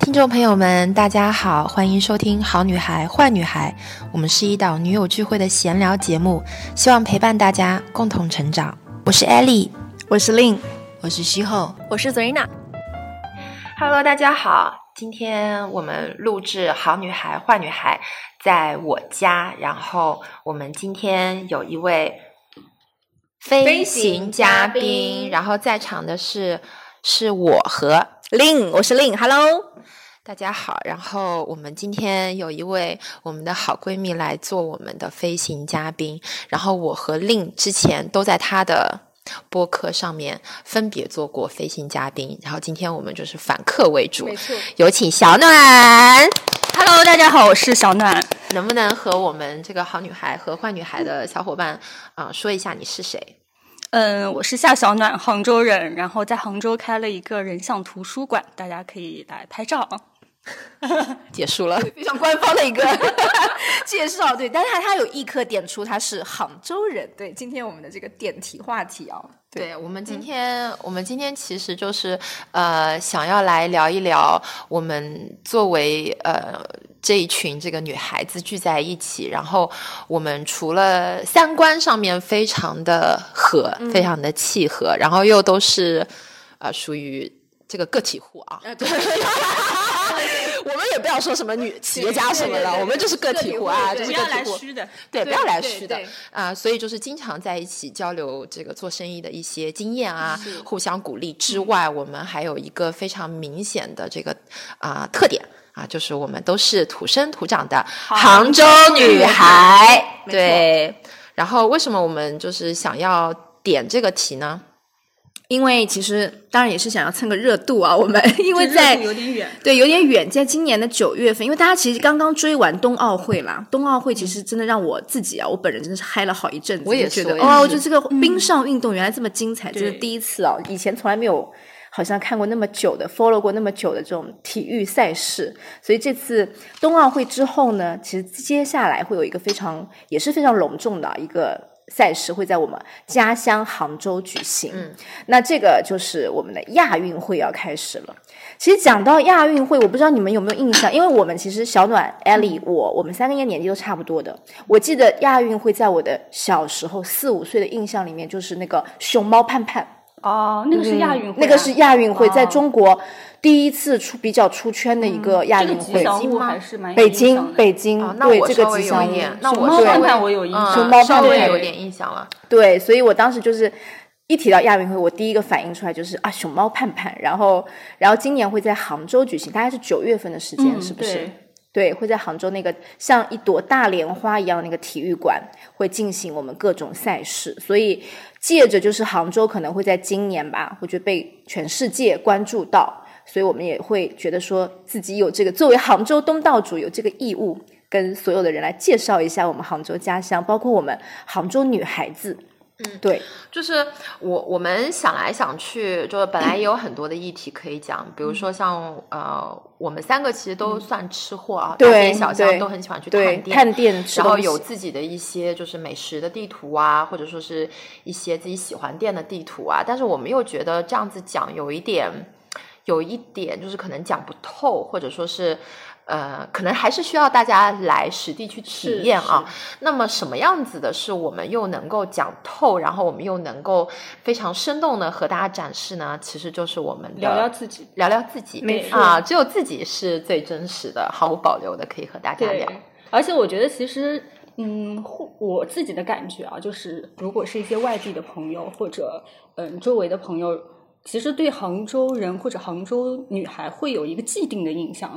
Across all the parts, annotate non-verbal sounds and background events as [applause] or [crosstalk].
听众朋友们，大家好，欢迎收听《好女孩坏女孩》，我们是一档女友聚会的闲聊节目，希望陪伴大家共同成长。我是艾莉，我是令，我是西后。我是 Zarina。 Hello，大家好，今天我们录制《好女孩坏女孩》在我家，然后我们今天有一位飞飞行行嘉嘉宾，宾然后在场的是是我和令，我是令，Hello。大家好，然后我们今天有一位我们的好闺蜜来做我们的飞行嘉宾，然后我和令之前都在她的播客上面分别做过飞行嘉宾，然后今天我们就是反客为主，错。有请小暖， Hello，大家好，我是小暖。能不能和我们这个好女孩和坏女孩的小伙伴啊、呃说一下你是谁？嗯，我是夏小暖，杭州人，然后在杭州开了一个人像图书馆，大家可以来拍照。啊结束了，非常官方的一个 [laughs] 介绍，对，但是他他有一刻点出他是杭州人，对，今天我们的这个点题话题啊，对嗯我们今天，我们今天其实就是呃，想要来聊一聊我们作为呃这一群这个女孩子聚在一起，然后我们除了三观上面非常的合，非常的契合，然后又都是呃属于这个个体户啊，呃，对， [laughs] 我们也不要说什么女企业家对什么对的，对我们就是个个体体户户啊，就对是不个体户，的。对，不对要来对虚的对啊、所以就是经常在一起交流这个做生意的一些经验啊，互相鼓励之外，我们还有一个非常明显的这个啊、特点啊，就是我们都是土生土长的杭州女孩。没错对，然后为什么我们就是想要点这个题呢？因为其实当然也是想要蹭个热度啊，我 [laughs] 们因为在有点远，对，有点远，在今年的九月份，因为大家其实刚刚追完冬奥会啦，冬奥会其实真的让我自己啊，我本人真的是嗨了好一阵子，我也就觉是得我也哦，是就这个冰上运动原来这么精彩，这是对第一次啊，以前从来没有好像看过那么久的 follow 过那么久的这种体育赛事，所以这次冬奥会之后呢，其实接下来会有一个非常也是非常隆重的一个赛事会在我们家乡杭州举行。嗯那这个就是我们的亚运会要开始了。其实讲到亚运会，我不知道你们有没有印象，因为我们其实小暖、Ellie、我，我们三个人年纪都差不多的。我记得亚运会在我的小时候四五岁的印象里面，就是那个熊猫盼盼。哦，那个是亚运会啊、那个是亚运会，哦在中国第一次出比较出圈的一个亚运会。嗯这个吉祥北京物吗还是蛮有北印象京，的北京，哦那对我这个稍微吉有祥一物点，那熊我猫稍盼微盼我有印象嗯，猫稍盼微盼有点印象了。对，所以我当时就是一提到亚运会，我第一个反应出来就是啊，熊猫盼盼。然后，然后今年会在杭州举行，大概是九月份的时间，嗯是不是？对对，会在杭州那个像一朵大莲花一样的那个体育馆，会进行我们各种赛事。所以借着就是杭州可能会在今年吧，我觉得被全世界关注到，所以我们也会觉得说自己有这个作为杭州东道主有这个义务，跟所有的人来介绍一下我们杭州家乡，包括我们杭州女孩子。嗯，对，就是我我们想来想去，就是本来也有很多的议题可以讲，比如说像呃，我们三个其实都算吃货啊，大街嗯对小巷对都很喜欢去对，探店，探店吃然后东西有自己的一些就是美食的地图啊，或者说是一些自己喜欢店的地图啊，但是我们又觉得这样子讲有一点，有一点就是可能讲不透，或者说是。呃，可能还是需要大家来实地去体是验啊。那么什么样子的是我们又能够讲透，然后我们又能够非常生动的和大家展示呢？其实就是我们的聊聊自己。聊聊自己，没错啊，只有自己是最真实的，毫无保留的可以和大家聊。而且我觉得其实，嗯，互我自己的感觉啊，就是如果是一些外地的朋友或者嗯周围的朋友，其实对杭州人或者杭州女孩会有一个既定的印象，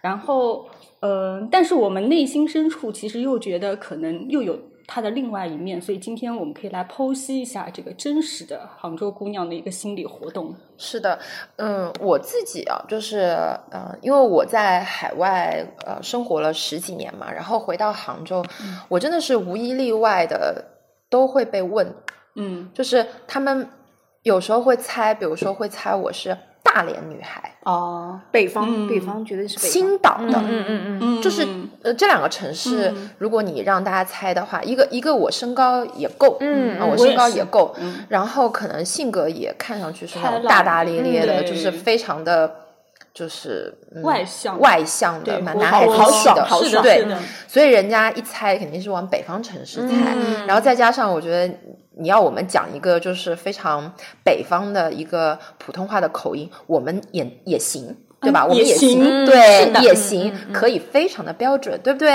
然后嗯、呃但是我们内心深处其实又觉得可能又有。她的另外一面，所以今天我们可以来剖析一下这个真实的杭州姑娘的一个心理活动。是的，嗯，我自己啊，就是呃，因为我在海外呃生活了十几年嘛，然后回到杭州，嗯我真的是无一例外的都会被问，嗯，就是他们有时候会猜，比如说会猜我是大连女孩，哦，北方，嗯北方绝对是北方。青岛的，嗯嗯嗯就是嗯呃这两个城市嗯，如果你让大家猜的话，一个一个我身高也够，嗯啊我我身也高是也够，嗯然后可能性格也看上去是那开种朗大大咧咧的，嗯就是对非常的。就是、嗯外向外向的，对蛮我南海我地好区爽的好是爽的，对是的，所以人家一猜肯定是往北方城市猜，嗯然后再加上我觉得你要我们讲一个就是非常北方的一个普通话的口音，我们也也行。对吧？嗯我们也行，行是对，的也嗯行，嗯嗯可以非常的标准，对不 [laughs] 对？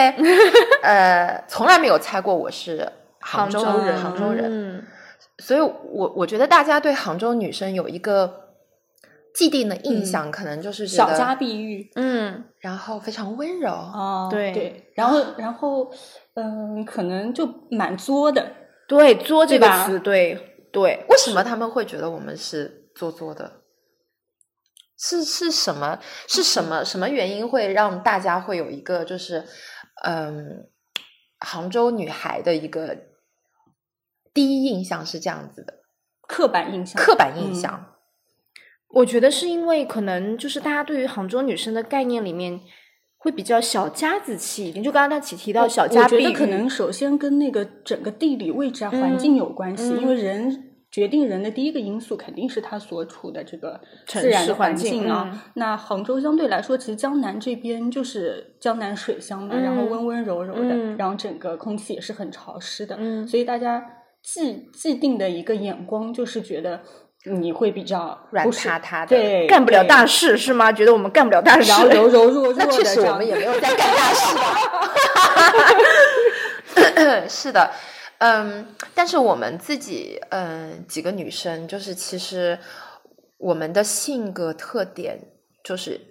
呃，从来没有猜过我是杭州杭州人，人杭州人，嗯所以我我觉得大家对杭州女生有一个既定的印象，可能就是觉嗯小得家碧玉嗯，然后非常温柔，啊，哦对对，然后然后嗯，可能就蛮作的，对，作这对个吧词，对对，为什么他们会觉得我们是做作的？是是什么？是什么什么原因会让大家会有一个就是，嗯，杭州女孩的一个第一印象是这样子的刻板印象，刻板印象？我觉得是因为可能就是大家对于杭州女生的概念里面会比较小家子气一点，就刚刚他提提到小我家觉碧得玉，可能首先跟那个整个地理位置啊、环境有关系，嗯因为人决定人的第一个因素肯定是他所处的这个城自然市的环环境嗯啊。那杭州相对来说，其实江南这边就是江南水乡嘛，然后嗯温温柔柔的，嗯然后整个空气也是很潮湿的，嗯所以大家既既定的一个眼光就是觉得你会比较软不是塌塌的对，干不了对大事是吗？觉得我们干不了大事然，后柔柔弱弱的那确实这我样们也子没有在干大事啊。 [laughs] 是的，嗯，但是我们自己，嗯，几个女生，就是其实我们的性格特点就是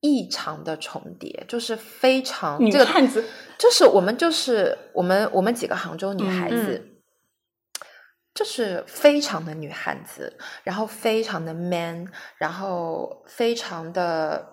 异常的重叠，就是非常女这个汉子，就是我们就是我们我们几个杭州女孩子，就是非常的女汉子，然后非常的 man，然后非常的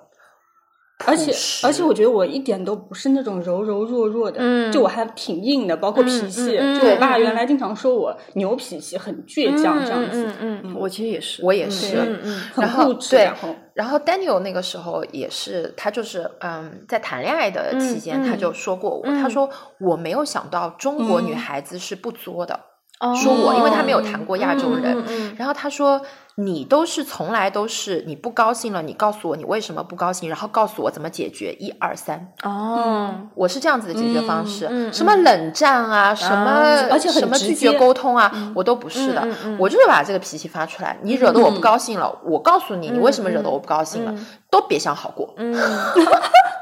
而且朴实而且，我觉得我一点都不是那种柔柔弱弱的，嗯就我还挺硬的，包括脾气。嗯嗯嗯就我嗯爸嗯原来经常说我牛脾气，很倔强这样嗯子，嗯嗯，嗯我其实也是，我也嗯是嗯嗯很然后固执。对然后然后 Daniel 那个时候也是，他就是嗯，在谈恋爱的期间，嗯他就说过我，嗯他说我没有想到中国女嗯孩子是不作的，哦说我，因为他没有谈过亚洲人，嗯嗯嗯然后他说：“你都是从来都是你不高兴了，你告诉我你为什么不高兴，然后告诉我怎么解决。一二三，哦，我是这样子的解决方式。嗯嗯什么冷战啊，什么而且很什么拒直绝接沟通啊，我都不是的。嗯嗯嗯我就是把这个脾气发出来，你惹得我不高兴了，我告诉你你为什么惹得我不高兴了，嗯嗯都别想好过，嗯，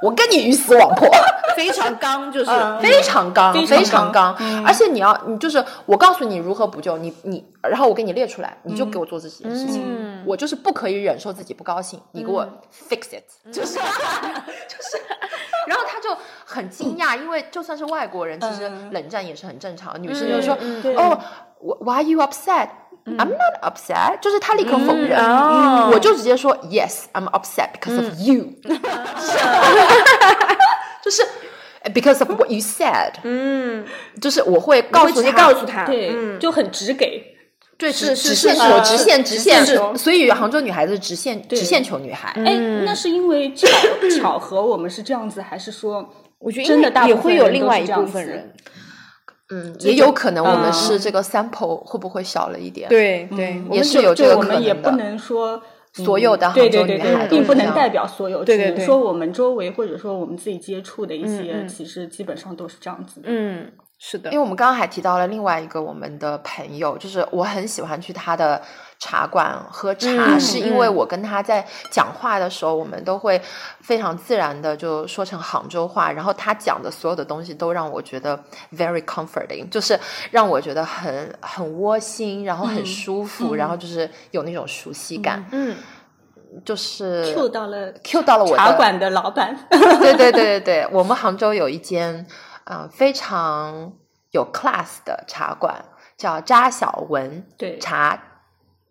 我跟你鱼死网破。”非常刚，就是嗯非常刚，非常非常刚，刚嗯而且你要，你就是我告诉你如何补救，你你，然后我给你列出来，你就给我做这件事情。嗯我就是不可以忍受自己不高兴，你给我嗯 fix it，、就是 [laughs] 就是。然后他就很惊讶，因为就算是外国人，其实嗯冷战也是很正常。女就生是就说：“嗯对哦，Why are you upset？” I'm not upset，就是他立刻否认，嗯嗯哦嗯我就直接说 Yes, I'm upset because of you，、就是呃 because of what you said，嗯，就是我会告会诉直接他告诉他，对、嗯就很直给，对，是只是直线是球，呃直线直线直线球，球所以杭州女孩子是直线对直线球女孩，嗯哎、那是因为巧巧合我们是这样子，还是说我觉得真的大部也分会人有都另是外一这样部分子人，嗯，也有可能我们嗯是这个 sample 会不会小了一点？，对嗯对我也们是就有这就个我可们也能的不能说。所有的嗯对杭州对女对孩都对，并是不这能样代表所有，对对只能对说我们周围或者说我们自己接触的一嗯些，嗯其实基本上都是这样子的。嗯，是的因为，我们刚刚还提到了另外一个我们的朋友，就是我很喜欢去他的茶馆喝茶，嗯是因为我跟他在讲话的时候，我们都会非常自然的就说成杭州话，然后他讲的所有的东西都让我觉得 very comforting，就是让我觉得很很窝心，然后很舒服，然后就是有那种熟悉感，嗯就是 Q 到了 Q 到了我的茶馆的老板， [laughs] [laughs] 对对对对对，我们杭州有一间啊、呃非常有 class 的茶馆，叫扎小文对茶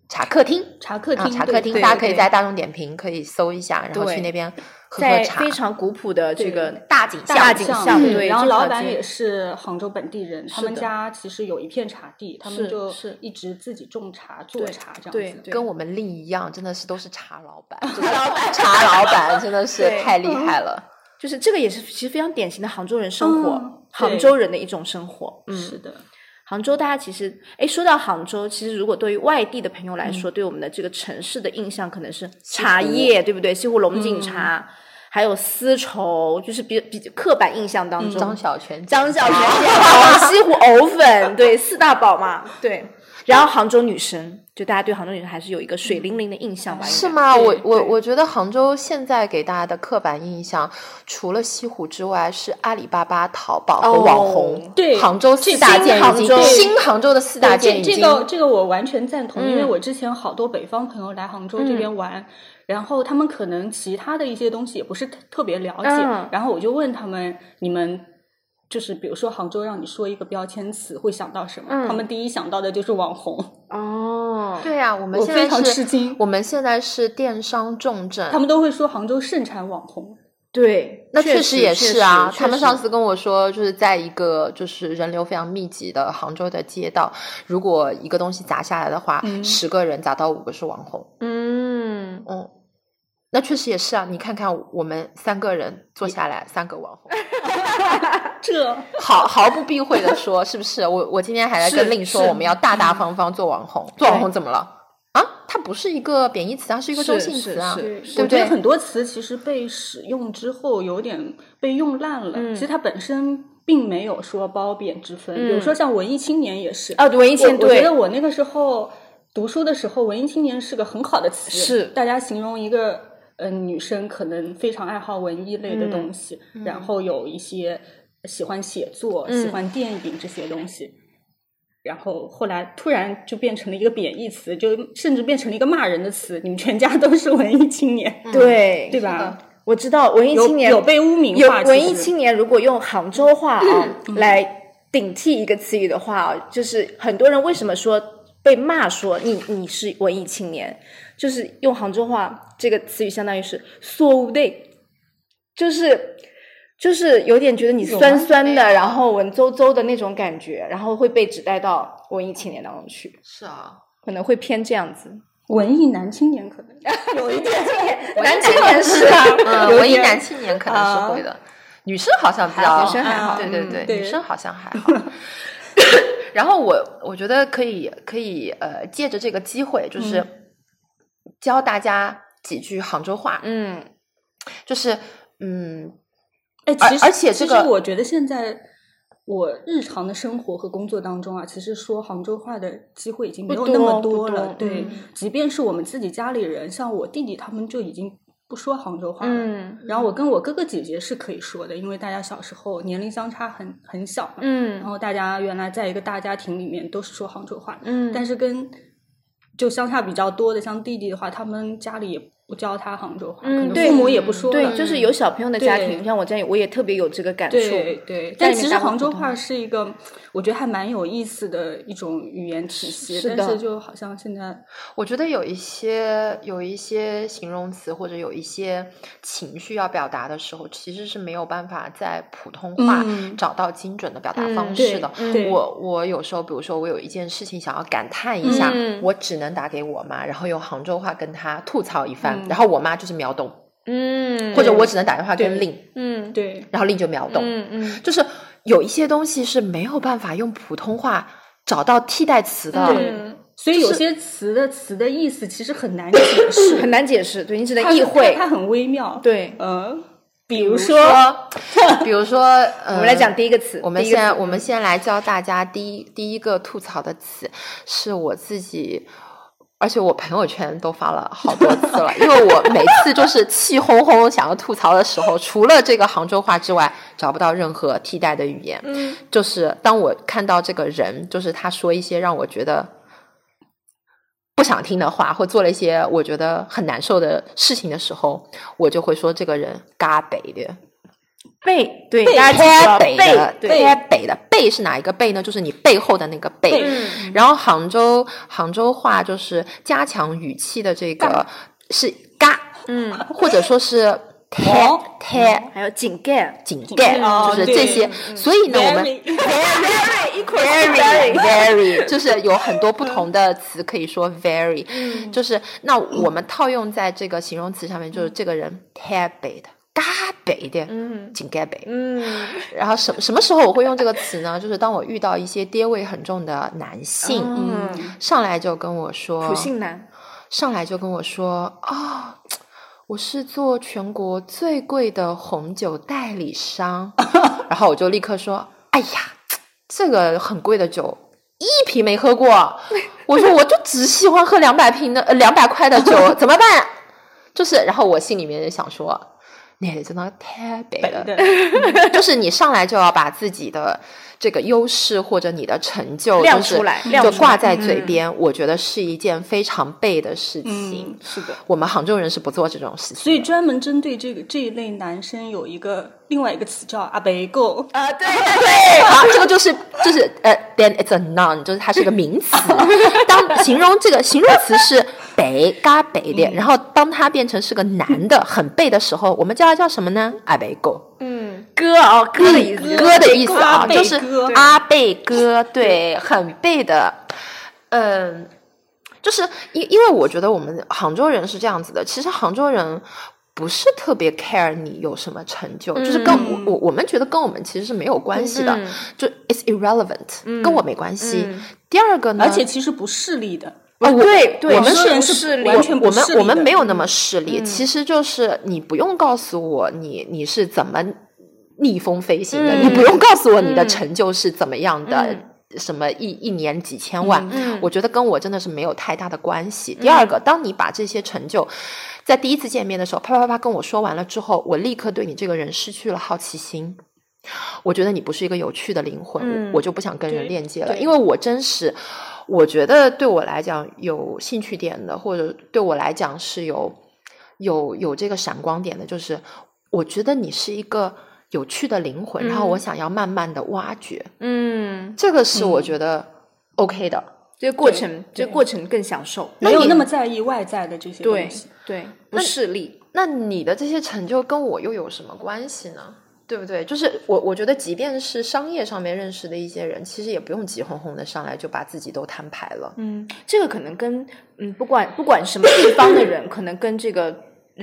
茶客厅。茶客啊，厅，茶对客厅，对大家可以对在大众点评可以搜一下，然后对去那边喝喝在茶。非常古朴的这对个大景大象景象象嗯对然后这条老板街也是杭州本地人，他是们的家其实有一片茶地，他是们就是一直自己种茶做对茶这样子。对对跟我们另一样，真的是都是茶老 [laughs] 板，就是茶老板真的是对太厉害了。就是这个也是其实非常典型的杭州人生活嗯，杭对州人的一种生活。嗯，是的，杭州大家其实，哎，说到杭州，其实如果对于外地的朋友来嗯说，对我们的这个城市的印象可能是茶叶，对不对？西湖龙嗯井茶，还有丝绸，就是比比刻板印象嗯当中，张小泉，嗯张小啊泉健头、西湖藕粉，对四大宝嘛，对。然后杭州女神，就大家对杭州女神还是有一个水灵灵的印象吧？应该是？吗？对我我对我觉得杭州现在给大家的刻板印象，除了西湖之外，是阿里巴巴、淘宝和网红。哦对杭州四大这件已经新杭州新杭州的四大这件已这经个这个我完全赞同，因为嗯我之前好多北方朋友来杭州这边玩，然后他们可能其他的一些东西也不是特特别了解，嗯然后我就问他们，你们。就是比如说杭州，让你说一个标签词，会想到什么？嗯他们第一想到的就是网红，哦，对呀、我们我现在非常是吃惊我们现在是电商重镇，他们都会说杭州盛产网红。对，那确确实也是啊，确他们实上次跟我说，就是在一个就是人流非常密集的杭州的街道，如果一个东西砸下来的话，嗯十个人砸到五个是网红。嗯，嗯，那确实也是啊，你看看我们三个人坐下来，三个 [laughs] 网红，这毫毫不避讳的说，是不是？我我今天还在是跟令说，是我们要大嗯大方方做网红，做网红怎么了？啊，它不是一个贬义词，它是一个中是性是词啊。是对，对我不觉对得很多词其实被使用之后有点被用烂了，嗯其实它本身并没有说褒贬之分。嗯比如说像文艺青年也是，哦，文艺我青我觉对得我那个时候读书的时候，文艺青年是个很好的词，是大家形容一个呃女生可能非常爱好文艺类的嗯东西，然后有一些喜欢写作、嗯喜欢电影这些东西。然后后来突然就变成了一个贬义词，就甚至变成了一个骂人的词。你们全家都是文艺青年，嗯对对吧？我知道嗯文艺有青年有被污名有化，文其艺实青年如果用杭州 [clears throat] 话啊、来顶替一个词语的话啊，就是很多人为什么说被骂说你你是文艺青年，就是用杭州话这个词语相当于是 so day，就是。就是有点觉得你有吗酸酸没的，有然后文绉绉的那种感觉，然后会被指代到文艺青年当中去，是啊，可能会偏这样子。文艺男青年可能有一点男青年是啊，嗯， [laughs] 有文艺点男青年可能是会的，女生好像比较女生还好对嗯对对，对女生好像还 [laughs] 好。然后我我觉得可以可以呃，借着这个机会，就是嗯教大家几句杭州话，嗯，就是嗯，哎，而其实而且这其个实我觉得现在我日常的生活和工作当中啊，其实说杭州话的机会已经没有不那么多不了。多对、嗯即便是我们自己家里人，像我弟弟他们就已经不说杭州话了。嗯然后我跟我哥哥姐姐是可以说的，因为大家小时候年龄相差很很小嘛。然嗯后大家原来在一个大家庭里面都是说杭州话的，嗯，但是跟就相差比较多的，像弟弟的话，他们家里也不教他杭州话，嗯可对能父母也不说了。对，就是有小朋友的家庭，对像我这样，我也特别有这个感触。对对，在但里面其实打过杭州普通话话是一个，我觉得还蛮有意思的一种语言体系，是但的是就好像现在，我觉得有一些有一些形容词或者有一些情绪要表达的时候，其实是没有办法在普通话嗯找到精准的表达嗯方式的。嗯对我我有时候，比如说我有一件事情想要感叹一下，嗯我只能打给我妈，然后用杭州话跟她吐槽一番，嗯然后我妈就是秒懂，嗯，或者我只能打电话对跟令，嗯对然后令就秒懂。嗯嗯，就是有一些东西是没有办法用普通话找到替代词的。啊对所以有就是些词的词的意思其实很难解释，很难解释，对你只它能意它会。它很微妙。，对，呃，比比如如说，说，比如说，呃 [laughs] 我们来讲第一个词，我们第一个现在词我们先来教大家第一第一个吐槽的词，是我自己，而且我朋友圈都发了好多次了，因为我每次就是气哄哄想要吐槽的时候，除了这个杭州话之外，找不到任何替代的语言。嗯，就是当我看到这个人，就是他说一些让我觉得不想听的话，或做了一些我觉得很难受的事情的时候，我就会说这个人嘎北的。背，对，背大家记住啊北背的，，对，背北的背是哪一个背呢？就是你背后的那个背。背嗯然后杭州杭州话就是加强语气的这个是嘎，嗯，或者说是贴哦贴还有井盖，井盖哦盖，就是这对些。嗯所以呢，我们 Very- very very very 就是有很多不同的词可以说 very，嗯就是那我们套用在这个形容词上面，就是这个人贴北的嘎白一点，嗯井盖白。嗯，然后什什么时候我会用这个词呢？就是当我遇到一些爹味很重的男性，嗯上来就跟我说普，信男，上来就跟我说啊、我是做全国最贵的红酒代理商， [laughs] 然后我就立刻说，哎呀，这个很贵的酒。一瓶没喝过，我说我就只喜欢喝两百瓶的呃两百块的酒， [laughs] 怎么办？就是，然后我心里面想说，那真的太白了，对， [laughs] 就是你上来就要把自己的这个优势或者你的成就亮就是出来亮就出挂来嗯在嘴边，我觉得是一件非常背的事情。嗯，是的。我们杭州人是不做这种事情的，所以专门针对这个这一类男生有一个另外一个词叫阿北狗，啊， [laughs] 对，对，好，哎啊这个就是就是呃，then it's a noun，就是它是一个名 [laughs] 词。当形容这个形容词是北嘎北的，嗯然后当它变成是个男的很背的时候，我们叫它叫什么呢？阿北狗。嗯，哥啊，哥的意思，哥的意思阿啊，贝就是哥阿贝哥，对，很背的，嗯，就是因因为我觉得我们杭州人是这样子的，其实杭州人。不是特别 care 你有什么成就，就是跟我我我们觉得跟我们其实是没有关系的，嗯就 it's irrelevant，、跟我没关系。嗯第二个呢，而且其实不势利的，哦我对对我们有些人是是不完我全不我们势利我们的没有那么势利，其实就是你不用告诉我你你是怎么逆风飞行的，嗯你不用告诉我你的嗯成就是怎么样的。嗯什么一一年几千万，嗯我觉得跟我真的是没有太大的关系。第二个，当你把这些成就在第一次见面的时候啪啪啪跟我说完了之后，我立刻对你这个人失去了好奇心。我觉得你不是一个有趣的灵魂，嗯我就不想跟人对链接了，对因为我真实，我觉得对我来讲有兴趣点的，或者对我来讲是有有有这个闪光点的，就是我觉得你是一个有趣的灵魂，然后我嗯想要慢慢的挖掘，嗯，这个是我嗯觉得 OK 的。这个过程，对这个过程更享受，没有你那么在意外在的这些对东西。对，不势利，那你的这些成就跟我又有什么关系呢？对不对？就是我，我觉得即便是商业上面认识的一些人，其实也不用急哄哄的上来就把自己都摊牌了。嗯，这个可能跟嗯，不管不管什么地方的人，可能跟这个。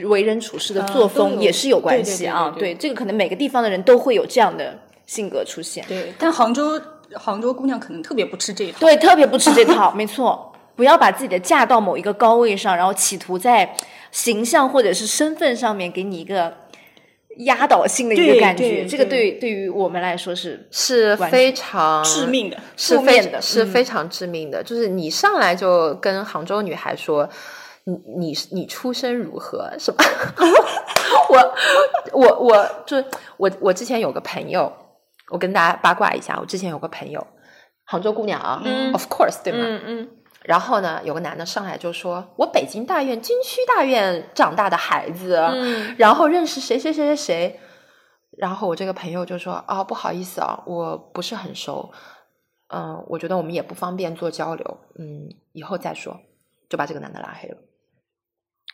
为人处事的嗯作都风有也是有关对对系对啊，对对这个可能每个地方的人都会有这样的性格出现。对，但杭州杭州姑娘可能特别不吃这一套。对，特别不吃这套，没错。不要把自己的架到某一个高位上，然后企图在形象或者是身份上面给你一个压倒性的一个对感对觉。这个对对对于我们来说是是完非常致，命的，是负非面的是嗯非常致命的。就是你上来就跟杭州女孩说，你你你出身如何？什么？ [laughs] 我我我就是我我之前有个朋友，我跟大家八卦一下，我之前有个朋友，杭州姑娘啊、嗯 o f course 对吗？嗯然后呢，有个男的上来就说：“我北京大院、军区大院长大的孩子，嗯然后认识谁谁谁谁谁。”然后我这个朋友就说：“啊，不好意思啊，我不是很熟，嗯，我觉得我们也不方便做交流，嗯，以后再说。”就把这个男的拉黑了。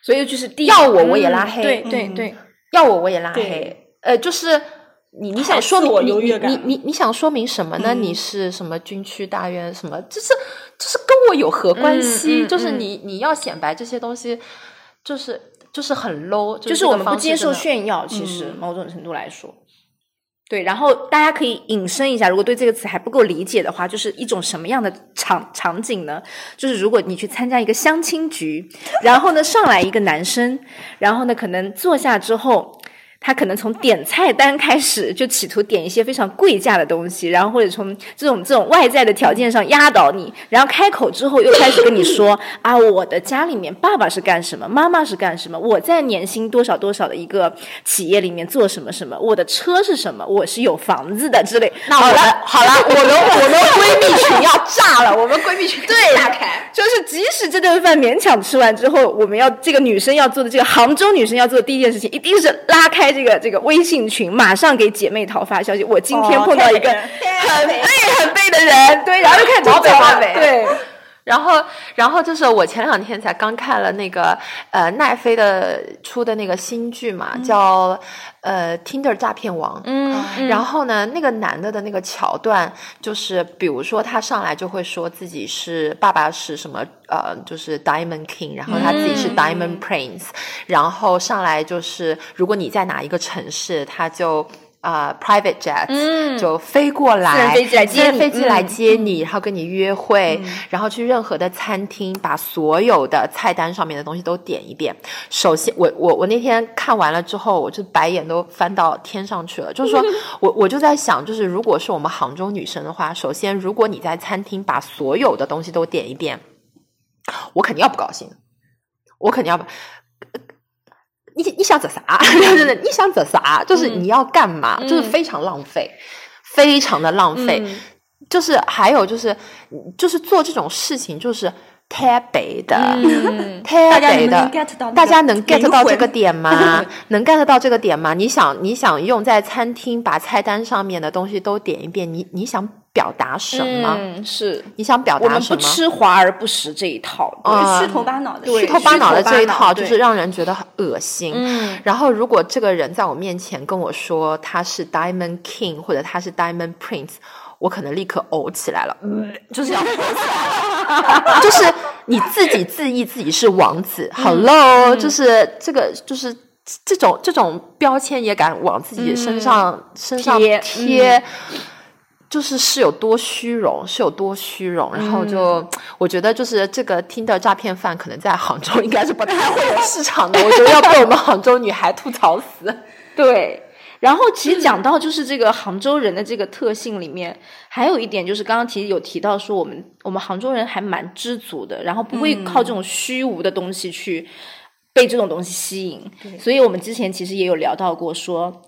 所以就是第一要我我也拉嗯黑对对嗯对，要我我也拉对黑。呃，就是你你想说自明我你优你越感你你你想说明什么呢？嗯你是什么军区大院什么？就是就是跟我有何关系？嗯嗯就是嗯你你要显摆这些东西，就是就是很 low，就是是这我个们不方式接受真的炫耀，其实嗯某种程度来说。对，然后大家可以引申一下，如果对这个词还不够理解的话，就是一种什么样的场场景呢？就是如果你去参加一个相亲局，然后呢上来一个男生，然后呢可能坐下之后，他可能从点菜单开始就企图点一些非常贵价的东西，然后或者从这种这种外在的条件上压倒你，然后开口之后又开始跟你说啊，我的家里面爸爸是干什么，妈妈是干什么，我在年薪多少多少的一个企业里面做什么什么，我的车是什么，我是有房子的之类。那我们好了，我们我们闺蜜群要炸了，我们闺蜜群对炸开。就是即使这顿饭勉强吃完之后，我们要这个女生要做的这个杭州女生要做的第一件事情，一定是拉开这个这个微信群，马上给姐妹淘发消息。我今天哦碰到一个太美了很背很背的人，对，然后就开始老找北啊老北对，然后，然后就是我前两天才刚看了那个呃奈飞的出的那个新剧嘛，叫呃 Tinder 诈骗王。啊嗯，嗯然后呢，那个男的的那个桥段，就是比如说他上来就会说自己是爸爸是什么呃，就是 Diamond King，然后他自己是嗯 Diamond Prince，、然后上来就是如果你在哪一个城市，他就啊、呃 private jet，、嗯就飞过来，私人飞机来接私人你飞机来嗯接你，然后跟你约会，然后去任何的餐厅，把所有的菜单上面的东西都点一遍。首先，我我我那天看完了之后，我就白眼都翻到天上去了。 [laughs] 就是说我我就在想，就是如果是我们杭州女生的话，首先如果你在餐厅把所有的东西都点一遍，我肯定要不高兴，我肯定要不。你你想整啥？ [laughs] 就是你想整啥？就是你要干嘛？啊就是嗯非常浪费，非常的浪费。嗯就是还有就是，就是做这种事情就是太北的， [laughs] 嗯太大家北能不的。能 get 到那个灵魂？？大家能 get 到这个点吗 [laughs] 能 get 到这个点吗？你想，你想用在餐厅把菜单上面的东西都点一遍，你你想表达什么？嗯是你想表我达们什不么？吃华而不实这一套。嗯啊虚头巴脑的，对虚头巴脑的这一套，对就是让人觉得很恶心。嗯然后，如果这个人在我面前跟我说他是 Diamond King 或者他是 Diamond Prince，我可能立刻呕起来了，就是要就是你自己自意自己是王子，Hello，、就是这个就是。这种这种标签也敢往自己身上、身上贴嗯贴，嗯就是是有多虚荣，是有多虚荣。然后就、我觉得就是这个听的诈骗犯，可能在杭州应该是不太会有市场 [laughs] 的。我觉得要被我们杭州女孩吐槽死。 [laughs] 对。然后其实讲到就是这个杭州人的这个特性里面，还有一点就是刚刚其实有提到说我们我们杭州人还蛮知足的，然后不会靠嗯这种虚无的东西去被这种东西吸引。所以我们之前其实也有聊到过说。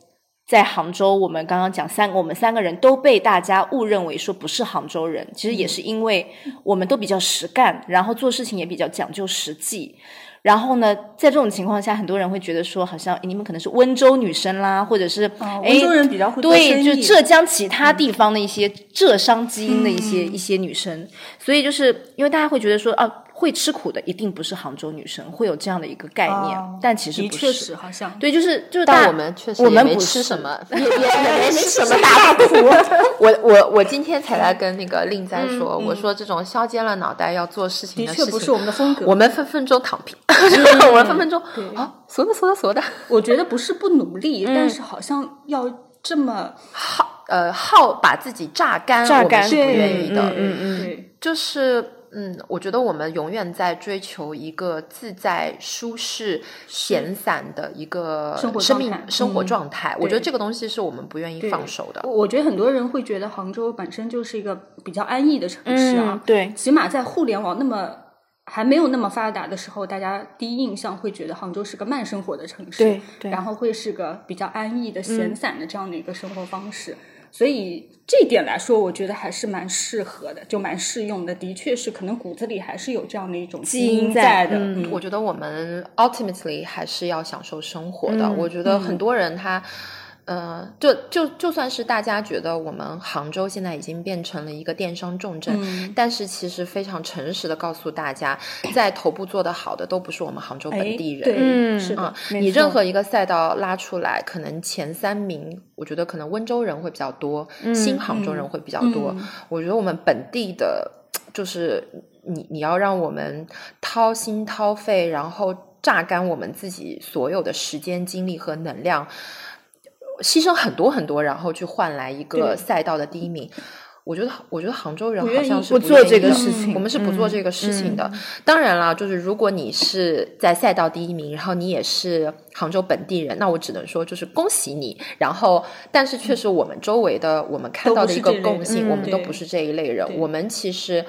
在杭州，我们刚刚讲三，我们三个人都被大家误认为说不是杭州人，其实也嗯是因为我们都比较实干，然后做事情也比较讲究实际，然后呢，在这种情况下，很多人会觉得说，好像诶你们可能是温州女生啦，或者是哦诶温州人比较会做对，生就意嗯浙江其他地方的一些浙商基因的一些、一些女生，所以就是因为大家会觉得说，啊，会吃苦的一定不是杭州女生，会有这样的一个概念，哦但其实的不确是。是好像。对，就是就是大，但我们确实我也们没不吃是什么，也 [laughs] 也也没吃什么大苦。 [laughs] 我我我今天才来跟那个令在说，我说这种削尖了脑袋要做事情嗯的事确情，不是我们的风格，嗯我们分分钟躺平，就是 [laughs] 我们分分钟啊，锁的锁的锁的，我觉得不是不努力，嗯但是好像要这么耗呃耗把自己榨干，榨干我们是不愿意的。嗯嗯嗯对，就是嗯，我觉得我们永远在追求一个自在、舒适、闲散的一个生活生状命态嗯生活状态。我觉得对这个东西是我们不愿意对放手的我。我觉得很多人会觉得杭州本身就是一个比较安逸的城市嗯啊，，对，起码在互联网那么还没有那么发达的时候，大家第一印象会觉得杭州是个慢生活的城市，对对然后会是个比较安逸的、闲散的这样的一个生活方式。所以嗯这一点来说，我觉得还是蛮适合的，就蛮适用的。的确是，可能骨子里还是有这样的一种基因因在的。嗯我觉得我们 ultimately 还是要享受生活的。嗯我觉得很多人他，呃，就就就算是大家觉得我们杭州现在已经变成了一个电商重镇，嗯但是其实非常诚实的告诉大家，在头部做得好的都不是我们杭州本哎地人。对，嗯是的啊，，没你任错何一个赛道拉出来，可能前三名，我觉得可能温州人会比较多，新嗯杭州人会比较多。嗯我觉得我们本地的，就是你你要让我们掏心掏肺，然后榨干我们自己所有的时间、精力和能量，牺牲很多很多，然后去换来一个对赛道的第一名。我觉得，我觉得杭州人不好愿像意是不不做愿意这个的事情我们是不做这个事情的。嗯当然啦，就是如果你是在赛道第一名，然后你也是杭州本地人，那我只能说就是恭喜你。然后，但是确实我们周围的我们看到的一个共性，都我不们是这一类的嗯都不是这一类人对。对我们其实，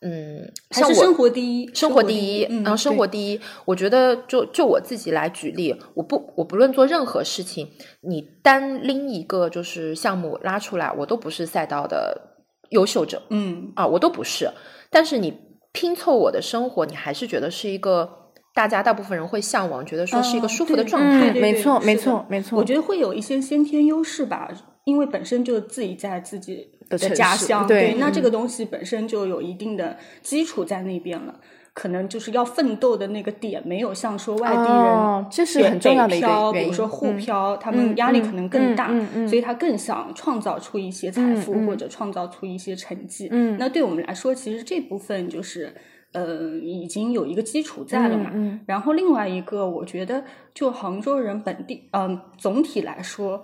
嗯，还像是我生活第一，生活第一，嗯，然后生对活第一，我觉得就就我自己来举例，我不我不论做任何事情，你单拎一个就是项目拉出来，我都不是赛道的优秀者嗯，啊，我都不是。但是你拼凑我的生活，你还是觉得是一个大家大部分人会向往，觉得说是一个嗯舒服的对状态。嗯，对对没对错，是没的错，没错。我觉得会有一些先天优势吧，因为本身就自己在自己的城市家乡，对嗯那这个东西本身就有一定的基础在那边了。可能就是要奋斗的那个点，没有像说外地人、哦这是很重要的一个漂，原比因如说沪嗯漂，他们压力可能更大，嗯嗯嗯嗯所以他更想创造出一些财富、嗯嗯或者创造出一些成绩。嗯那对我们来说，其实这部分就是呃已经有一个基础在了嘛。嗯然后另外一个，我觉得就杭州人本地，嗯、总体来说，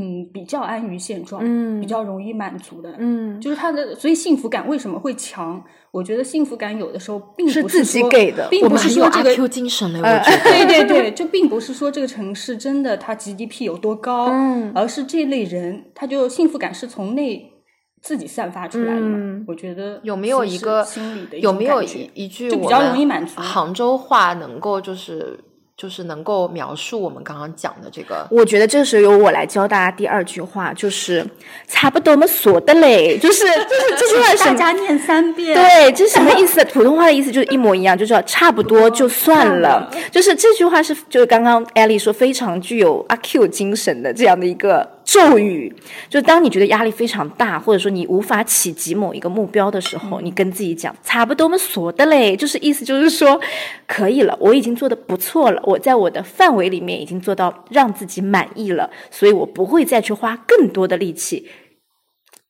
嗯，比较安于现状，嗯比较容易满足的，嗯，就是他的，所以幸福感为什么会强？我觉得幸福感有的时候并不是说自己给的并我不们是很有说这阿个 Q 精神嘞，呃我觉得。对 [laughs] 对对，就并不是说这个城市真的它 GDP 有多高，嗯而是这类人他就幸福感是从内自己散发出来的嘛。嗯我觉得有没有其一实个心理的一有种没有感觉一一句就我比较们容易满足？杭州话能够就是就是能够描述我们刚刚讲的这个，我觉得这时候由我来教大家第二句话，就是差不多我们说的嘞，就是就是这句话是什大么？家念三遍，对，这是什么意思？普通话的意思就是一模一样，就叫差不多就算了。就是这句话是，就是刚刚艾丽说非常具有阿 Q 精神的这样的一个咒语。就当你觉得压力非常大，或者说你无法企及某一个目标的时嗯候，你跟自己讲差不多我们说的嘞，就是意思就是说可以了，我已经做的不错了，我在我的范围里面已经做到让自己满意了，所以我不会再去花更多的力气。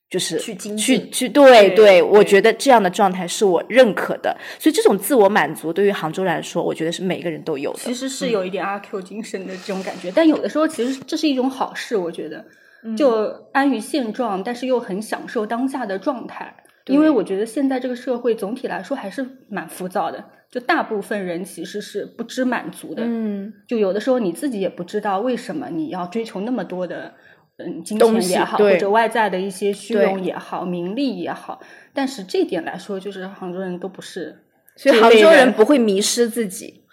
就是去精去进去对对对，我对觉得这样的状态是我认可的，所以这种自我满足对于杭州人来说，我觉得是每个人都有其的。实是有一点阿 Q 精神的这种感觉，但有的时候其实这是一种好事，我觉得，嗯就安于现状，但是又很享受当下的状态。因为我觉得现在这个社会总体来说还是蛮浮躁的，就大部分人其实是不知满足的，嗯，就有的时候你自己也不知道为什么你要追求那么多的，嗯，金东钱西也好，对或者外在的一些虚对荣也好，名利也好，但是这点来说，就是杭州人都不是所以这一杭类州人人不会迷失自己。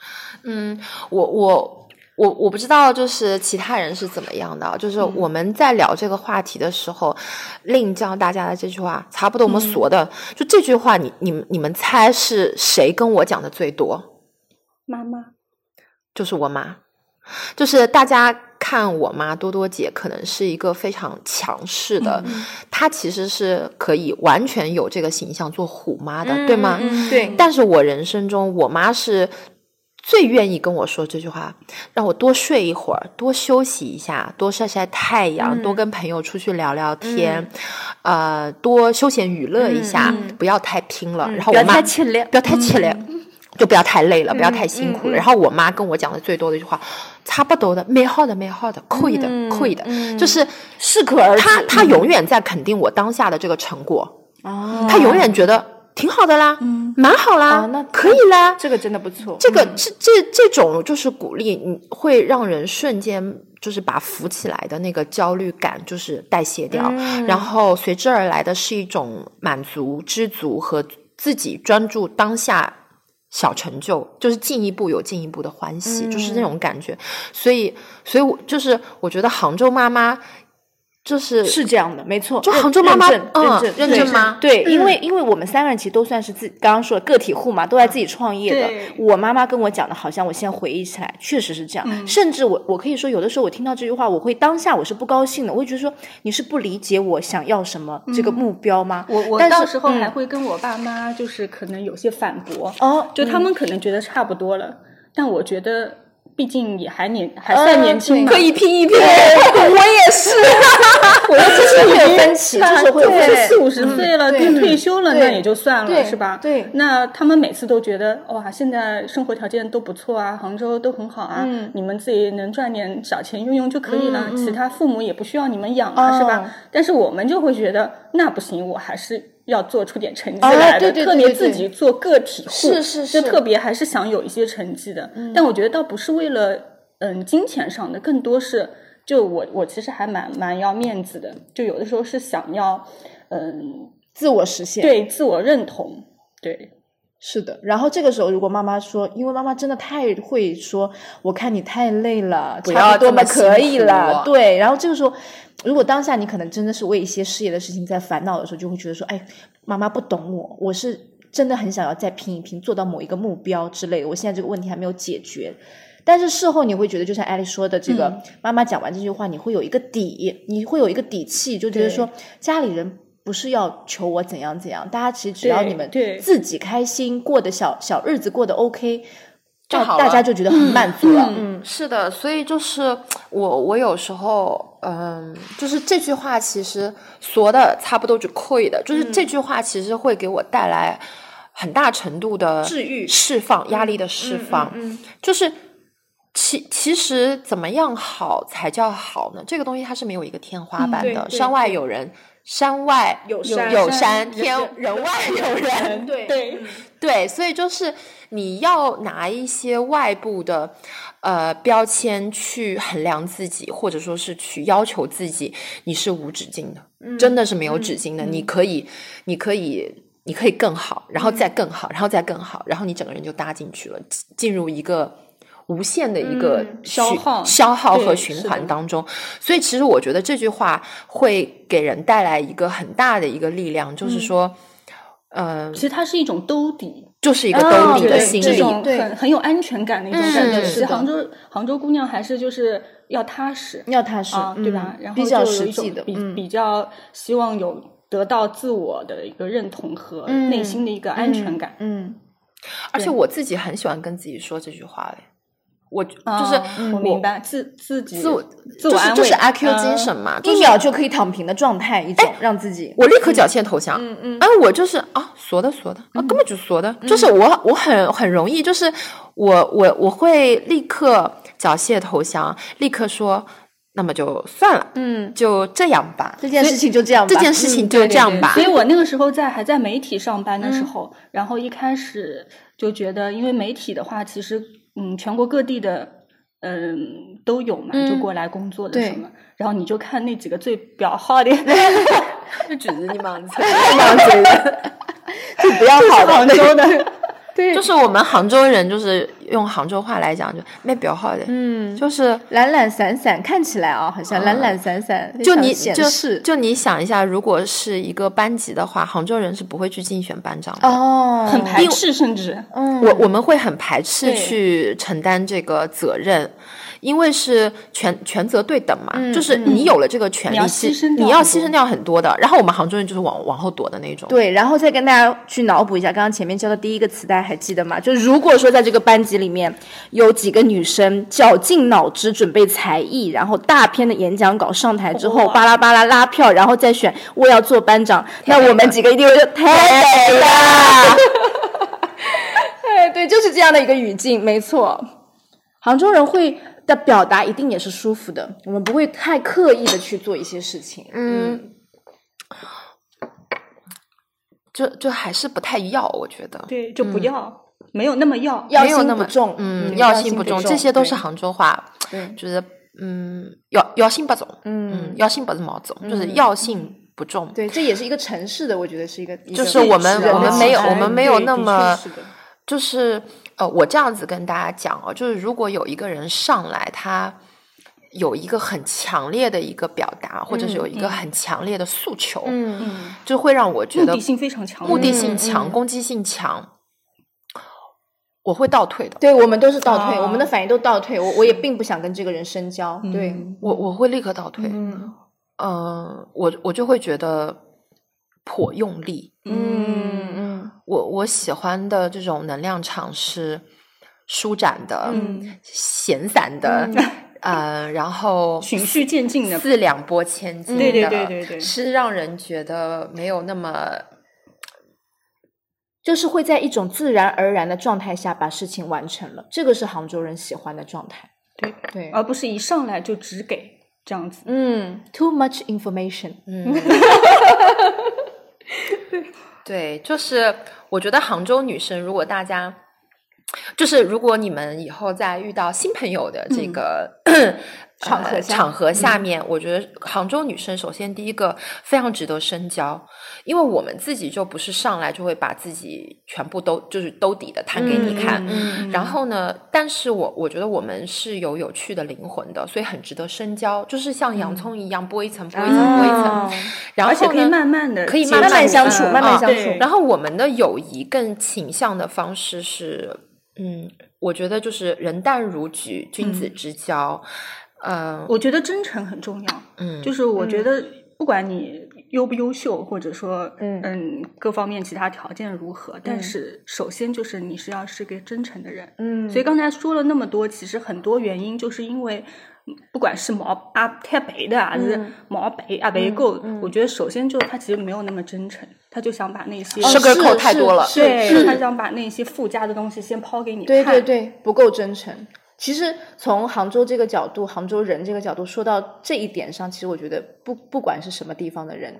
嗯，我我我我不知道就是其他人是怎么样的啊，就是嗯我们在聊这个话题的时候，令教大家的这句话差不多我嗯们说的，就这句话你，你们你们猜是谁跟我讲的最多？妈妈，就是我妈，就是大家看我妈多多姐可能是一个非常强势的，嗯她其实是可以完全有这个形象做虎妈的，对吗？嗯对但是我人生中，我妈是最愿意跟我说这句话，让我多睡一会儿，多休息一下，多晒晒太阳，嗯多跟朋友出去聊聊天，呃，多休闲娱乐一下，不要太拼了。然后嗯不我要妈太气了，不要太气馁，嗯就不要太累了，不要太辛苦了。然后我妈跟我讲的最多的一句话，差不多的，蛮好的，蛮好的，可以的，可以的，就是嗯适可而止她她永远在肯定我当下的这个成果，哦她永远觉得挺好的啦，蛮好啦哦，那可以啦。这个真的不错。这个这这这种就是鼓励，你会让人瞬间就是把浮起来的那个焦虑感就是代谢掉，然后随之而来的是一种满足、知足和自己专注当下小成就，就是进一步有进一步的欢喜，就是那种感觉。所以，所以我就是我觉得杭州妈妈就是是这样的，没错。就认杭州妈妈认嗯证，认证，认对证吗对，因为因为我们三个人其实都算是自刚刚说的个体户嘛，都在自己创业的对。我妈妈跟我讲的，好像我现在回忆起来，确实是这样。甚至我我可以说，有的时候我听到这句话，我会当下我是不高兴的，我会觉得说你是不理解我想要什么这个目标吗？我我但到是时候嗯还会跟我爸妈，就是可能有些反驳，哦，就他们可能觉得差不多了，但我觉得毕竟也还年嗯还算年轻嘛，可以拼一拼。我也 [laughs] 是，我的确实会有分歧，确实会有分对歧四。五十岁了，嗯对退休了，对那也就算对了，是吧？对那他们每次都觉得哇，现在生活条件都不错啊，杭州都很好啊嗯，你们自己能赚点小钱用用就可以了，其他父母也不需要你们养哦啊，是吧？但是我们就会觉得那不行，我还是。要做出点成绩哦来的，对对对特别对对自己做个体户，是是是嗯就特别还是想有一些成绩的。但我觉得倒不是为了嗯金钱上的，更多是就我我其实还蛮蛮要面子的，就有的时候是想要嗯自我实现。对自我认同，对是的，然后这个时候，如果妈妈说，因为妈妈真的太会说，我看你太累了，不差要多这嘛，么可以辛苦了，啊对。然后这个时候，如果当下你可能真的是为一些事业的事情在烦恼的时候，就会觉得说，哎，妈妈不懂我，我是真的很想要再拼一拼，做到某一个目标之类的，我现在这个问题还没有解决。但是事后你会觉得，就像艾丽说的，这嗯个、妈妈讲完这句话，你会有一个底，你会有一个底气，就觉得对说家里人不是要求我怎样怎样，大家其实只要对你们对自己开心，过的小小日子过得 OK，就大好大了家就觉得很满足了。嗯，是的，所以就是我，我有时候，嗯，就是这句话其实说的差不多就可以的，嗯就是这句话其实会给我带来很大程度的治愈释放压力的释放，嗯就是其其实怎么样好才叫好呢？这个东西它是没有一个天嗯花板对的，对山外对有人，山外有山山，人有山人天人人外有人，对对对，所以就是你要拿一些外部的呃标签去衡量自己，或者说是去要求自己，你是无止境的，嗯真的是没有止境的。你可以，你可以，你可以更好，然后再嗯更好，然后再更好，然后你整个人就搭进去了，进进入一个。无限的一个嗯循、消耗消耗和对循是的环当中，所以其实我觉得这句话会给人带来一个很大的一个力量，就是说，嗯、其实它是一种兜底，就是一个兜哦底的对心这理，种对很很有安全感的一种感觉。嗯是其实的杭州杭州姑娘还是就是要踏实，要踏实，啊，对吧？嗯然后比较就有实一种际的，比嗯比较希望有得到自我的一个认同和嗯内心的一个安全感。嗯，而且对我自己很喜欢跟自己说这句话嘞，我就哦啊就是我明白自自己自我自我就是安慰，就是阿 Q 精嗯神嘛，一是秒就可以躺平的状态，一种让自己，我立刻缴械投降。嗯嗯哎，我就是啊，说的说的啊，根本就说的，就是我我很很容易，就是我我我会立刻缴械投降，立刻说，那么就算了，嗯，就这样吧，这件事情就这样吧，这件事情嗯就这样吧所。以我那个时候在还在媒体上班的时候，然后一开始就觉得，因为媒体的话，其实嗯，全国各地的。嗯，都有嘛，就过来工作的对什么，然后你就看那几个最表号的，就举着你膀 [laughs] 子， [laughs] 就不要跑杭州的，[laughs] 对，就是我们杭州人，就是用杭州话来讲，就那表好的，嗯，就是懒懒散散，看起来啊，好像懒懒散散，就你非常就显示就你想一下，如果是一个班级的话，杭州人是不会去竞选班长的。哦，很排斥，甚至嗯，我我们会很排斥对去承担这个责任，因为是权权责对等嘛，嗯就是你有了这个权你要利，其牺牲掉你要很牺牲多掉很多的。然后我们杭州人就是往往后躲的那种。对，然后再跟大家去脑补一下，刚刚前面教的第一个词，大家还记得吗？就如果说在这个班级里面有几个女生绞尽脑汁准备才艺，然后大篇的演讲稿上台之后，哇巴拉巴拉拉票，然后再选我要做班长，那我们几个一定会说太美了。 [laughs] 哎，对，就是这样的一个语境，没错。杭州人会的表达一定也是舒服的，我们不会太刻意的去做一些事情。嗯，就就还是不太要，我觉得。对，就不要，嗯没有那么要，要没有心那不么重，嗯，要要心不不重，这些都是对杭州话，对就是嗯，要要心不重，嗯嗯，，要性不是毛重，就是要性不重。对，这也是一个城市的，我觉得是一个，一就个是我们人的我们气没有质我们没有那么对的确是的就是呃，我这样子跟大家讲哦，就是如果有一个人上来，他有一个很强烈的一个表达，或者是有一个很强烈的诉求，嗯嗯，就会让我觉目得的性非常强，目的性嗯强、攻击性强，我会倒退的。对我们都是倒退，我们的啊反应都倒退，我我也并不想跟这个人深交，对，嗯我我会立刻倒退，嗯、嗯我我就会觉得颇用力，嗯嗯我我喜欢的这种能量场是舒展的、嗯闲散的，呃，然 [laughs] 后循序渐进的，四两拨千斤的，对对对对对是让人觉得没有那么就是会在一种自然而然的状态下把事情完成了，这个是杭州人喜欢的状态，对，对，而不是一上来就只给这样子。嗯，too much information，嗯。对，就是我觉得杭州女生，如果大家就是如果你们以后在遇到新朋友的这个、场合呃下场合下面，我觉得杭州女生首先第一个非常值得深交，因为我们自己就不是上来就会把自己全部都就是兜底的摊给你看。嗯然后呢？但是我我觉得我们是有有趣的灵魂的，所以很值得深交，就是像洋葱一样剥一层、剥一层、剥一层啊，然后哦而且呢可以慢慢的，可以慢慢相处，嗯慢慢啊相哦对处，然后我们的友谊更倾向的方式是，嗯，我觉得就是人淡如菊，君子之交。嗯、我觉得真诚很重要，嗯，就是我觉得不管你优不优秀，或者说嗯各方面其他条件如何，嗯但是首先就是你是要是个真诚的人。嗯所以刚才说了那么多，其实很多原因就是因为，嗯不管是毛啊太白的啊还是嗯毛白啊白嗯够，嗯我觉得首先就是他其实没有那么真诚，他就想把那些哦 Sugar 是 coat 太多了 [laughs] 对，他想把那些附加的东西先抛给嗯你对看。对对，不够真诚。其实从杭州这个角度，杭州人这个角度说到这一点上，其实我觉得不不管是什么地方的人，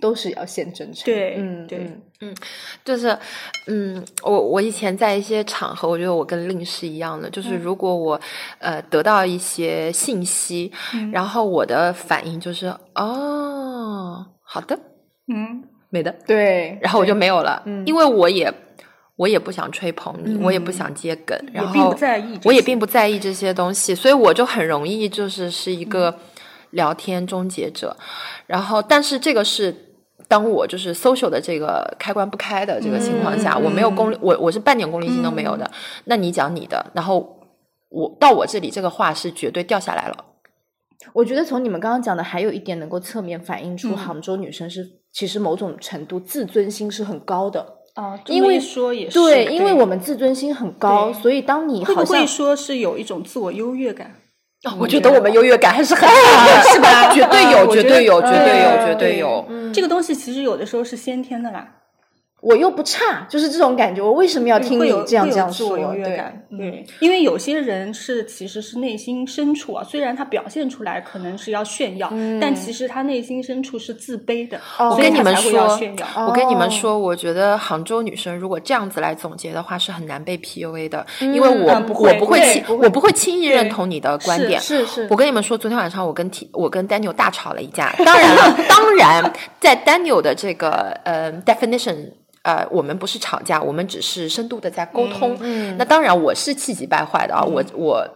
都是要先真诚。对嗯，对嗯就是，嗯，我我以前在一些场合，我觉得我跟令是一样的，就是如果我、呃得到一些信息，嗯然后我的反应就是哦，好的，嗯，没的，对，然后我就没有了，嗯因为我也我也不想吹捧你，嗯我也不想接梗，然也后并不在意这些，我也并不在意这些东西，所以我就很容易就是是一嗯个聊天终结者。然后，但是这个是当我就是 social 的这个开关不开的这个情况下，嗯我没有功利，我我是半点功利性都没有的。嗯那你讲你的，然后我到我这里，这个话是绝对掉下来了。我觉得从你们刚刚讲的，还有一点能够侧面反映出嗯杭州女生是、其实某种程度自尊心是很高的。啊，因因为为说也是对，因为我们自尊心很高，对所以当你会好不像会说是有一种自我优越感？哦我觉得我们优越感还是很大的，嗯哎是吧？绝对有，哎我绝觉得哎对有，绝对有，嗯绝对有。嗯这个东西其实有的时候是先天的啦，我又不差，就是这种感觉，我为什么要听会你有这样会有这样自说我？优越对，嗯感，对，因为有些人是其实是内心深处啊，虽然他表现出来可能是要炫耀，但其实他内心深处是自卑的，嗯哦所我以跟你他们才会要说炫耀。我跟你们哦说，我觉得杭州女生如果这样子来总结的话，是很难被 PUA 的，因为我、嗯不我会不会对轻不会我不会轻易认对同你的观是点。是是，我跟你们说，昨天晚上我跟 T 我跟 Daniel 大吵了一架。当然了，当然，在 Daniel 的这个呃 definition。呃，我们不是吵架，我们只是深度的在沟通。嗯嗯嗯那当然，我是气急败坏的啊，我我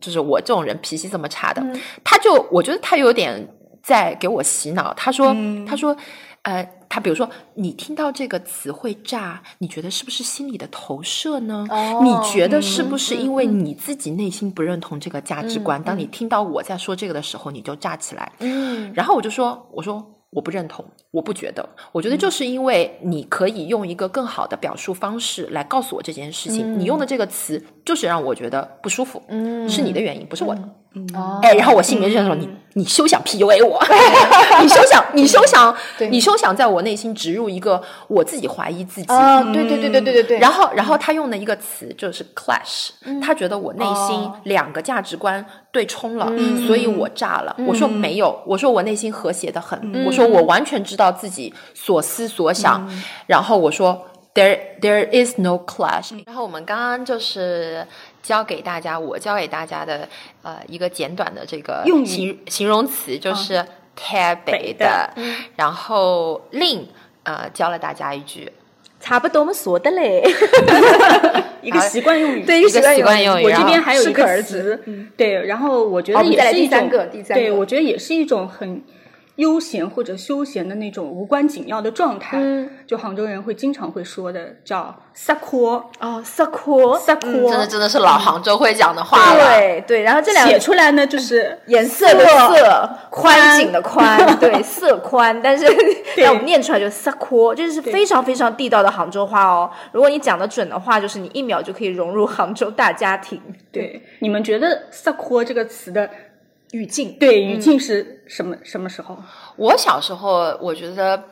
就是我这种人脾气这么差的，他就我觉得他有点在给我洗脑。他说，嗯他说，呃，他比如说，你听到这个词汇“炸”，你觉得是不是心理的投射呢？哦你觉得是嗯不是嗯因为你自己内心不认同这个价值观？当你听到我在说这个的时候，你就炸起来。嗯然后我就说，我说我不认同，我不觉得，我觉得嗯就是因为你可以用一个更好的表述方式来告诉我这件事情，嗯你用的这个词就是让我觉得不舒服，嗯是你的原因，不是我的。嗯哦哎，然后我心里面就想说，你你休想 PUA 我， [laughs] 你休想，你休想对，你休想在我内心植入一个我自己怀疑自己。嗯啊，对对对对对对对，然后后，然后他用的一个词就是 clash，、他觉得我内心哦两个价值观对冲了，嗯所以我炸了。我说没有，我说我内心和谐的很，我说我完全知道自己所思所想，然后我说 there there is no clash。然嗯后我们刚刚就是教给大家，我教给大家的呃一个简短的这个用语形形容词就是台北北的然后令呃教了大家一句。差不多我们说的 [laughs] 嘞，一个习惯用语，对一个习惯用语我然这后边还有适一可而个词，对，然后我觉好嗯得哦我们再来也是第一种，三个第三对个我觉得也是一种很悠闲或者休闲的那种无关紧要的状态，嗯就杭州人会经常会说的叫“撒阔哦，嗯萨阔，撒阔嗯真的真的是老杭州会讲的话了。对对，然后这”，两写个嗯出来呢就是颜色的色色，宽宽紧的 [laughs] 宽，对，色宽，但是 [laughs] 但我们念出来就是萨阔，这是非常非常地道的杭州话哦。如果你讲得准的话，就是你一秒就可以融入杭州大家庭对。你们觉得“撒阔”这个词的语境。嗯对语境是什么、什么时候？我小时候，我觉得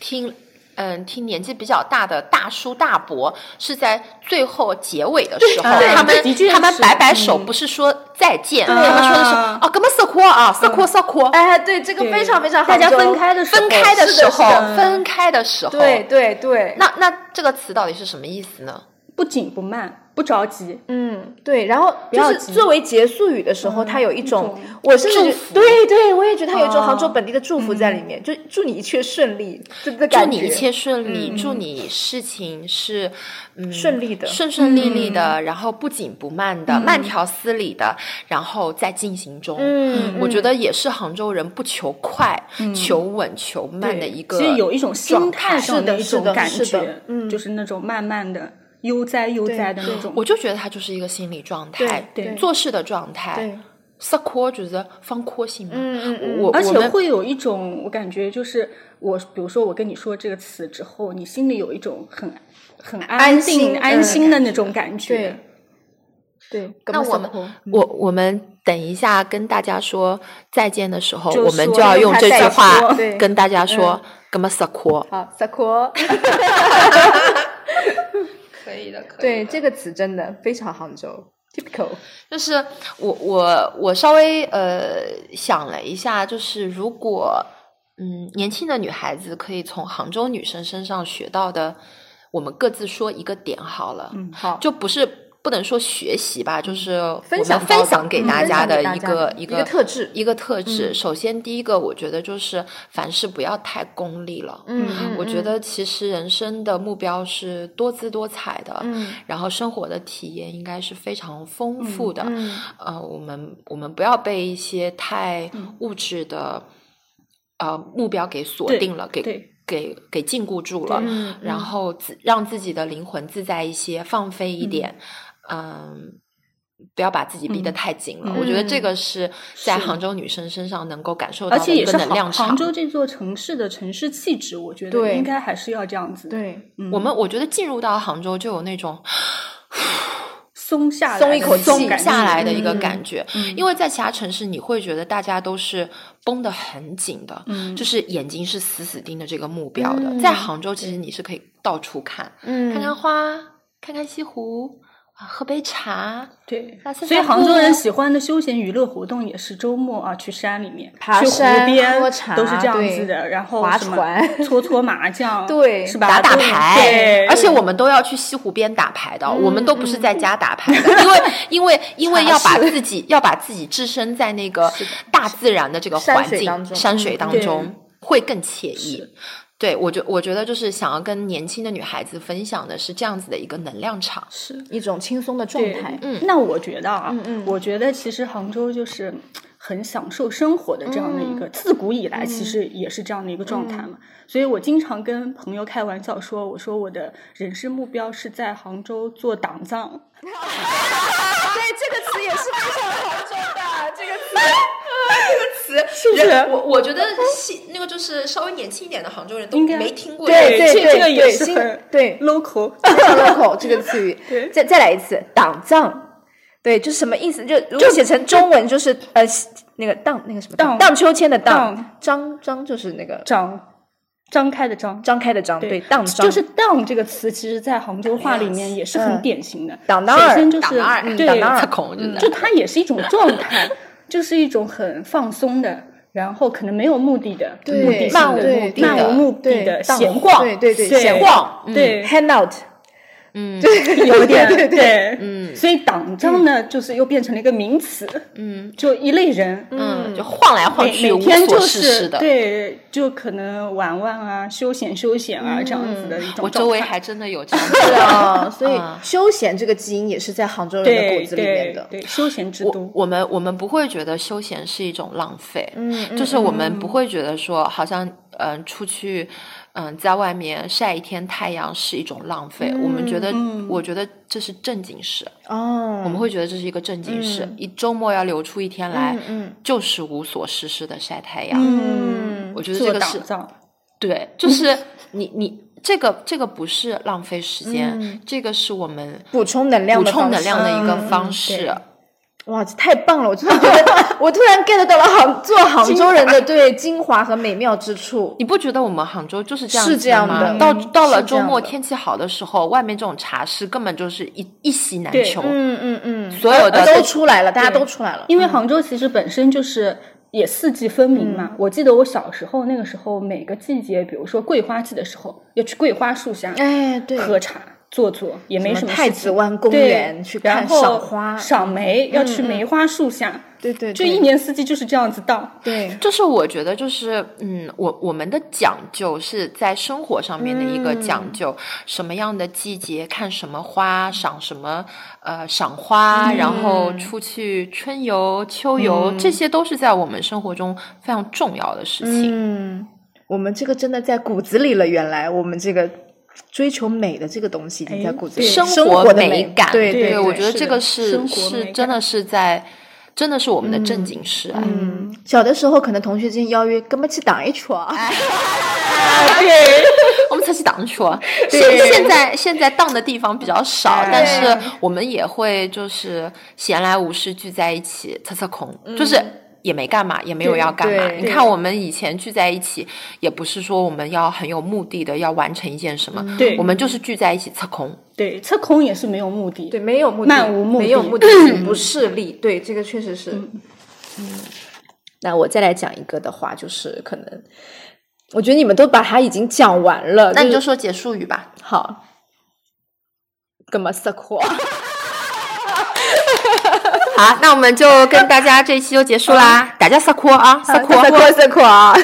听，嗯，听年纪比较大的大叔大伯是在最后结尾的时候，对他们的确他们是摆摆手，嗯不是说再见，他们说的是啊哦，哥们色阔啊，色阔色阔。哎，对，这个非常非常大杭州家分开的时候，分开的是时的候是的，分开的时候，对，对对，那那这个词到底是什么意思呢？不紧不慢，不着急，嗯，对，然后不就要是急作为结束语的时候，它有一种一种，我甚至嗯祝觉福啊嗯对对，我也觉得它有一种杭州哦本地的祝福在里面，就祝你一切顺利，就这祝感你觉。一切顺利，嗯祝你事情是嗯顺利的嗯顺顺利利的，然后不紧不慢的，慢条斯理的，然后在进行中。嗯，我觉得得也是杭州人不求快、求稳、求慢的对一个，其实有一种心态是上的一是种的感是的觉，嗯就是那种慢慢的悠哉悠哉的那种。我就觉得他就是一个心理状态，对对做事的状态，对撒阔就是放阔心嘛。嗯嗯我而且我们会有一种我感觉就是我，比如说我跟你说这个词之后，你心里有一种很很安安心定、的安心的那种感感觉。对，那我们我我们等一下跟大家说再见的时候，就我们说就要用用它这代句说话对嗯跟大家说，干嘛撒阔？好，萨 [laughs] 阔，可以的，可对这个词真的非常杭州，typical。就是我我我稍微呃想了一下，就是如果嗯年轻的女孩子可以从杭州女生身上学到的，我们各自说一个点好了，嗯好，就不是不能说学习吧，就是我分们享到分的享给嗯大分享家给的大一家个的一一个特质一个特质。嗯首先第一个，我觉得就是凡事不要太功利了。嗯，我觉嗯，得其实人生的目标是多姿多彩的，嗯然后生活的体验应该是非常丰富的。嗯呃，我们我们不要被一些太嗯物质的、呃目标给锁对定了，给对给给禁锢住了，嗯然后自让自己的灵魂自在一些，放飞一点，嗯。不要把自己逼得嗯太紧了，我觉得这嗯个是在是杭州女生身上能够感受到而的且一也个是能杭量场。杭州这座城市的城市气质，我觉得对应该还是要这样子。，对，嗯、我们我觉得进入到杭州就有那种松下来松的一口那种气松感下觉来的一个嗯感觉，嗯因为在其他城市你会觉得大家都是绷得很紧的，嗯就是眼睛是死死盯着这个目标的。嗯在杭州，其实你是可以到处看，嗯看看花，看看西湖，啊，喝杯茶，对啊，散所以散杭州人步喜欢的休闲娱乐活动也是周末啊，去山里面、爬去山湖边，喝茶都是这样对子的。然后划什么船搓搓麻将，对是吧？打打都牌对，而且我们都要去西湖边打牌的，嗯我们都不是在家嗯打牌的， [laughs] 因为因为因为要把茶室自己要把自己置身在那个是的大自然的这个环山水境当中山水当嗯对中会更惬意是。对我觉我觉得就是想要跟年轻的女孩子分享的是这样子的一个能量场，是一种轻松的状对态，嗯那我觉得啊，嗯嗯我觉得其实杭州就是很享受生活的这样的一嗯个，自古以来其实也是这样的一个状态嘛。所以我经常跟朋友开玩笑说，我说我的人生目标是在杭州做党葬。对，这个词也是非常杭州的这 [laughs] 个词。是不是？我我觉得西那个就是稍微年轻一点的杭州人都应该没听过对这个对这对这个对也是新很对 local。 local 这个词语 [laughs] 对，再再来一次，党葬。对，就是什么意思？就如果写成中文，就是呃，那个荡那个什么荡荡秋千的荡荡，张张就是那个张张开的张。张开的张，对，荡张嗯就是“荡”这个词，其实，在杭州话里面也是很典型的。荡荡儿嗯首先就党是嗯二对，党二孔真的就它也是一种状态，就是一种很放松的，然后可能没有目的的，对目的性的漫无目的的漫无目的对的荡闲逛，对对对闲闲逛嗯对， hand out，嗯有 [laughs] 点对对对对，嗯所以“党章”呢，就是又变成了一个名词，嗯就一类人，嗯，就晃来晃每去，每无天所就事事是的。对，就可能玩玩啊，休闲休闲啊，这样子嗯的一种状态。我周围还真的有这样 [laughs] 对的。啊，所以啊休闲这个基因也是在杭州人的对骨子里面的。对对休闲之我都。我们我们不会觉得休闲是一种浪费，嗯，嗯就是我们不会觉得说好像嗯、呃出去嗯、呃在外面晒一天太阳是一种浪费，我们觉得、嗯我觉得这是正经事，哦，我们会觉得这是一个正经事，嗯一周末要留出一天来，嗯就是无所事事的晒太阳。嗯我觉得这做个党是造，对，就是 [laughs] 你你这个这个不是浪费时间，嗯这个是我们补充能量补的充方能量式的一个嗯方嗯式。对哇，这太棒了！我突然觉得，我突然 get 到了杭做杭州人的对精华和美妙之处。你不觉得我们杭州就是这样是子这样吗的到嗯到是了这周样末的天气好的时候，外面这种茶室根本就是一一席难对求。嗯嗯嗯，所有的都出来了，大家对都出来了。因为杭州其实本身就是也四季分明嘛。嗯我记得我小时候那个时候，每个季节，比如说桂花季的时候，要去桂花树下哎，对，喝茶坐坐，也没什么么太事子情。湾公对园去看然后赏花，赏梅，要去梅花树下，对对，就对一年四季就是这样子荡。对，就是我觉得，就是嗯，我我们的讲究是在生活上面的一个嗯讲究，什么样的季节看什么花，赏什么呃赏花，嗯然后出去春游、秋游，这些都是在我们生活中非常重要的事情。嗯，我们这个真的在骨子里了。原来我们这个追求美的这个东西已经在哎骨子里，对生活的美感，对对对我觉得是这的个是生活美是感真的是在真的是我们的正经事啊。嗯，小的时候可能同学之间邀约，哥们去打一圈啊。我们才去荡去啊。对现现在现在荡的地方比较少，哎但是我们也会就是闲来无事聚在一起测测空，就是。也没干嘛，也没有要干嘛。对你看，我们以前聚在一起，也不是说我们要很有目的的要完成一件什嗯么，对我们就是聚在一起测空。对，测空也是没有目的。对，没有目的，漫无目没有的嗯目 [laughs] 的性，不势利。对，这个确实是。嗯那我再来讲一个的话，就是可能，我觉得你们都把它已经讲完了，那你就是说结束语吧。好，干嘛撒阔？好，那我们就跟大家这一期就结束啦，大家撒哭啊，撒哭。 [laughs] 撒阔撒阔啊！